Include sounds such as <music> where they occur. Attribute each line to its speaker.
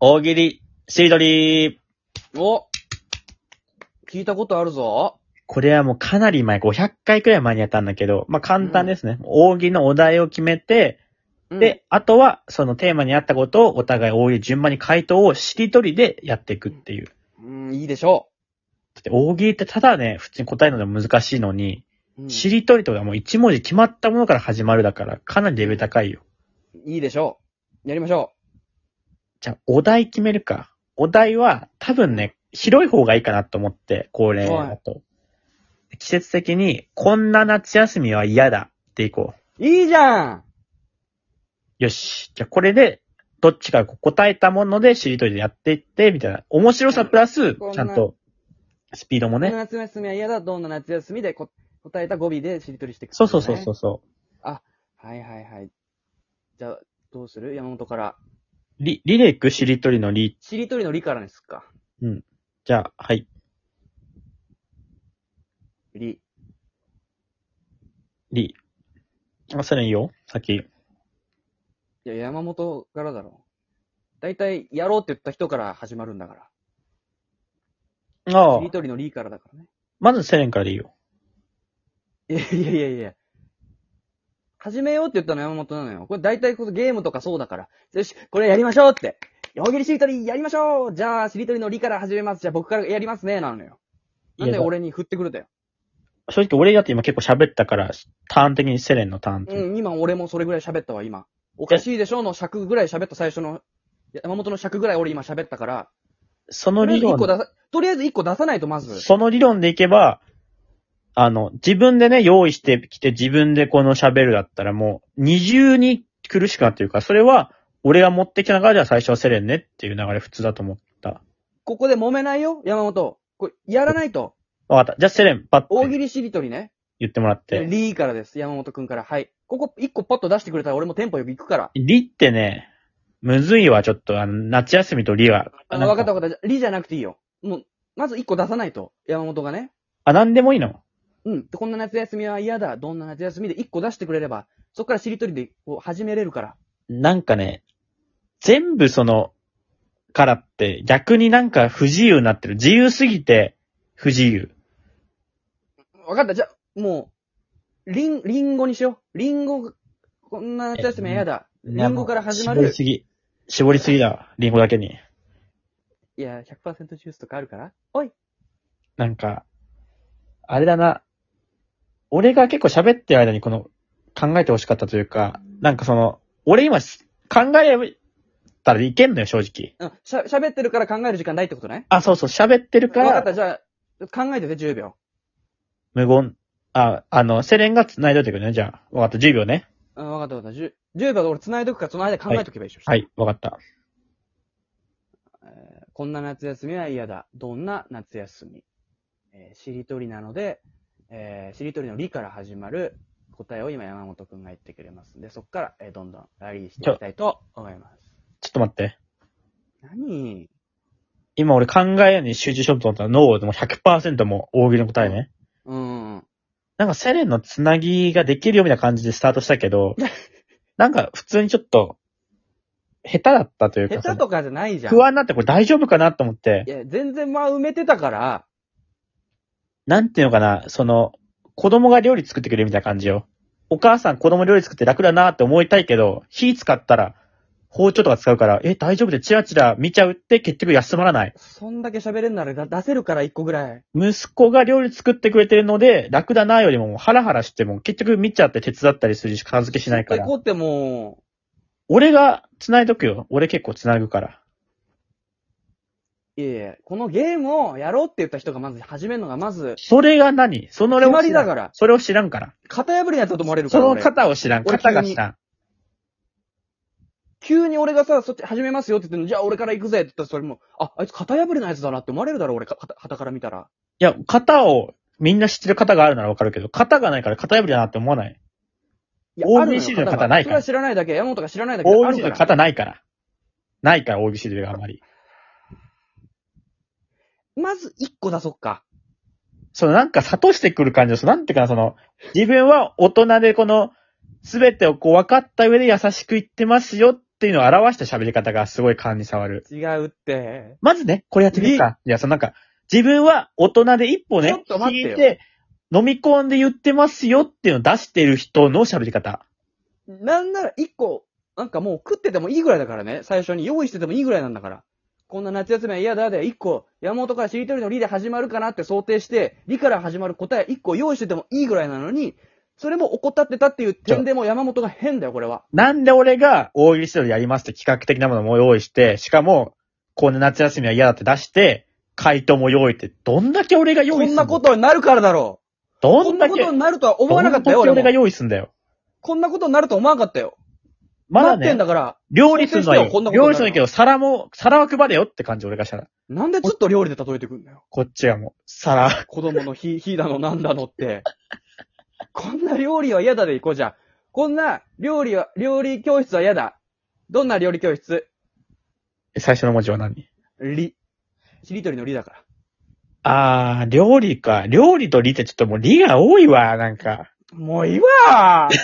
Speaker 1: 大喜利、しりとり。
Speaker 2: お聞いたことあるぞ。
Speaker 1: これはもうかなり前、500回くらい前にやったんだけど、まあ簡単ですね。大喜利のお題を決めて、
Speaker 2: うん
Speaker 1: で、、あとはそのテーマに合ったことをお互い大喜利順番に回答をしりとりでやっていくっていう。
Speaker 2: うん、いいでしょ
Speaker 1: だって大喜利ってただね、普通に答えるのでも難しいのに、
Speaker 2: う。うん
Speaker 1: しりとりとかもう一文字決まったものから始まるだから、かなりレベル高いよ。
Speaker 2: いいでしょう。やりましょ
Speaker 1: じゃあ、お題決めるか。お題は、多分ね、広い方がいいかなと思って、恒例だと。季節的に、こんな夏休みは嫌だっていこう。
Speaker 2: う。いいじゃん
Speaker 1: よし。じゃあ、これで、どっちかが答えたもので、しりとりでやっていって、みたいな。面白さプラス、ち
Speaker 2: こんな
Speaker 1: ゃんと、スピードも
Speaker 2: この
Speaker 1: ね。
Speaker 2: 夏休みは嫌だ。どんな夏休みでこ答えた語尾でしりとりしていく、。
Speaker 1: そうそうそうそううそ
Speaker 2: はいはいはい。じゃあ、どうする山本から。
Speaker 1: う。リ、リレイクしりとりのリ。
Speaker 2: しりとりのりからですか。
Speaker 1: じゃあ、はい。
Speaker 2: り。
Speaker 1: リ。あ、それいいよ。先。
Speaker 2: いや、山本からだろ。だいたい、やろうって言った人から始まるんだか
Speaker 1: あ
Speaker 2: ら。
Speaker 1: あ
Speaker 2: しり。とりのりからだからね。
Speaker 1: まずセレンからでいいよ。
Speaker 2: いやいやいやいや。始めようって言ったの山本なのよ。これ大体このゲームとかそうだから。よし、これやりましょうって。大喜利しりとりやりましょうじゃあ、しりとりのりから始めます。じゃあ僕からやりますね、なのよ。なん
Speaker 1: い
Speaker 2: で
Speaker 1: や
Speaker 2: 俺に振ってくるだよ。
Speaker 1: 正直俺だって今結構喋ったから、ターン的にセレンのターンっていう
Speaker 2: うん、今俺もそれぐらい喋ったわ、今。おかしいでしょの尺ぐらい喋った最初の、山本の尺ぐらい俺今喋ったから。
Speaker 1: その
Speaker 2: とりあえ
Speaker 1: 理
Speaker 2: ず一個
Speaker 1: 論、
Speaker 2: 出さ、とりあえず一個出さないとまず。
Speaker 1: その理論でいけば、あの、自分でね、用意してきて自分でこの喋るだったらもう二重に苦しくなってるから、それは俺が持ってきた中では最初はセレンねっていう流れ普通だと思った。
Speaker 2: ここで揉めないよ、山本。これ、やらないと。
Speaker 1: わかった。じゃあセレン、パッ
Speaker 2: 大喜
Speaker 1: て
Speaker 2: 利しりとりね。
Speaker 1: 言ってもらっ
Speaker 2: で
Speaker 1: て。
Speaker 2: リーからです。山本くんから。はい。ここ、一個パッと出してくれたら俺もテンポよく行くから。
Speaker 1: リってね、むずいわ、ちょっと、あの、夏休みとリは。
Speaker 2: あ
Speaker 1: なん
Speaker 2: わかったわかった。リーじゃなくていいよ。もう、まず一個出さないと。山本がね。
Speaker 1: あ、なんでもいいの
Speaker 2: うん。こんな夏休みは嫌だ。どんな夏休みで一個出してくれれば、そっからしりとりでこう始めれるから。
Speaker 1: なんかね、全部その、からって、逆になんか不自由になってる。自由すぎて、不自由。
Speaker 2: わかった。じゃあ、もう、リン、リンゴにしよう。リンゴ、こんな夏休みは嫌だ。リンゴから始ま
Speaker 1: 絞
Speaker 2: る
Speaker 1: り。すぎ。絞りすぎだわ。リンゴだけに。
Speaker 2: いや、100%ジュースとかあるから。おい。
Speaker 1: なんか、あれだな。俺が結構喋ってる間にこの、考えて欲しかったというか、なんかその、俺今し、考えたらいけんのよ、正直。
Speaker 2: うん。しゃ、喋ってるから考える時間ないってことね。
Speaker 1: あ、そうそう、喋ってるか
Speaker 2: わかった。
Speaker 1: ら、
Speaker 2: じゃあ、考えてて10秒。
Speaker 1: 無言。あ、あの、セレンが繋いどいてくれね、じゃあ。わかった、10秒ね。
Speaker 2: うん、わかったわかった。10、10秒で俺繋いどくから、その間考えとけばいいでしょ。
Speaker 1: はい、わかった。
Speaker 2: こんな夏休みは嫌だ。どんな夏休み。えーしりとりなので、えーしりとりのりから始まる答えを今山本くんが言ってくれますんで、そこから、えーどんどんラリーしていきたいと思います。
Speaker 1: ちょっと待って。
Speaker 2: 何
Speaker 1: 今俺考えに集中しようと思ったら脳でも100%もう大喜利の答えね。
Speaker 2: うん。
Speaker 1: なんかセレンのつなぎができるよみたいな感じでスタートしたけ
Speaker 2: <laughs>
Speaker 1: ど、なんか普通にちょっと、下手だったというか
Speaker 2: 下、手とかじゃないじゃん。
Speaker 1: 不安になってこれ大丈夫かなと思っ
Speaker 2: い
Speaker 1: て、
Speaker 2: や、全然まあ埋めてたから、
Speaker 1: なんていうのかな、その、子供が料理作ってくれるみたいな感じよ。お母さん子供料理作って楽だなって思いたいけど、火使ったら、包丁とか使うから、え、大丈夫でチラチラ見ちゃうって結局休まらない。
Speaker 2: そんだけ喋れんならだ出せるから一個ぐらい。
Speaker 1: 息子が料理作ってくれてるので、楽だなよりももうハラハラしても、結局見ちゃって手伝ったりするし、片付けしないから
Speaker 2: 一。個っても
Speaker 1: 俺が繋いどくよ。俺結構繋ぐから。
Speaker 2: う、いやいや、このゲームをやろうって言った人がまず始めるのがまず、
Speaker 1: それが何その俺を知らん
Speaker 2: 決まりだから
Speaker 1: それを知らんから。
Speaker 2: 型破りなやつだと思われるか
Speaker 1: そ
Speaker 2: ら。
Speaker 1: の
Speaker 2: 俺
Speaker 1: 型を知らん。
Speaker 2: 俺
Speaker 1: 型が知らん。
Speaker 2: 急に俺がさ、そっち始めますよって言ってんの、じゃあ俺から行くぜって言ったらそれも、あ、あいつ型破りなやつだなって思われるだろ、俺か、はた旗から見たら。
Speaker 1: いや、型を、みんな知ってる型があるならわかるけど、型がないから型破りだなって思わない。
Speaker 2: いや、あるのよ
Speaker 1: OBC の型ない
Speaker 2: そ
Speaker 1: か
Speaker 2: れは
Speaker 1: ら。
Speaker 2: 知らないだけ、山本が知らないだけ。ある
Speaker 1: OBC
Speaker 2: か
Speaker 1: の
Speaker 2: ら
Speaker 1: 型ないから。ないから、OBC でがあんまり。
Speaker 2: まず一個出そっか。
Speaker 1: そのなんか諭してくる感じです。なんていうかな、その、自分は大人でこの、すべてをこう分かった上で優しく言ってますよっっていうのを表した喋り方がすごい感に触る。
Speaker 2: 違うって。
Speaker 1: まずね、これやってみるか。いや、そのなんか、自分は大人で一歩ね、
Speaker 2: ちょっと待ってよ
Speaker 1: 引いて、飲み込んで言ってますよっていうのを出してる人の喋り方。
Speaker 2: なんなら一個、なんかもう食っててもいいぐらいだからね。最初に用意しててもいいぐらいなんだから。こんな夏休みは嫌だで、一個、山本からしりとりのりで始まるかなって想定して、りから始まる答え一個用意しててもいいぐらいなのに、それも怠ってたっていう点でも山本が変だよ、これは。
Speaker 1: なんで俺が大喜利しりやりますって企画的なものも用意して、しかも、こんな夏休みは嫌だって出して、回答も用意って、どんだけ俺が用
Speaker 2: こ
Speaker 1: 意す
Speaker 2: ん
Speaker 1: ん
Speaker 2: な
Speaker 1: の
Speaker 2: ことになるからだろう。
Speaker 1: ど
Speaker 2: こ
Speaker 1: ん
Speaker 2: ん
Speaker 1: だ
Speaker 2: な
Speaker 1: け、
Speaker 2: ことになるとは思わなかったよ、
Speaker 1: どんだけ
Speaker 2: 俺
Speaker 1: 俺が
Speaker 2: も。
Speaker 1: 用意すんだよ。
Speaker 2: こんなことになると思わなかったよ。
Speaker 1: まだ
Speaker 2: なって
Speaker 1: ね
Speaker 2: ん、だから、
Speaker 1: 料理するのはいい
Speaker 2: こんな。ことになる
Speaker 1: 料理するのはいいけど、皿も、皿は配れよって感じ俺がしたら。
Speaker 2: なんでずっと料理で例えてくんだよ。
Speaker 1: こっちはもう、皿。 <laughs>
Speaker 2: 子供のひ、 <laughs> ひだのなんだのって。こんな料理は嫌だで行こうじゃん。こんな料理は、料理教室は嫌だ。どんな料理教室
Speaker 1: 最初の文字は何
Speaker 2: り。しりとりのりだから。
Speaker 1: あー、料理か。料理と理ってちょっともう理が多いわ、なんか。
Speaker 2: もういいわー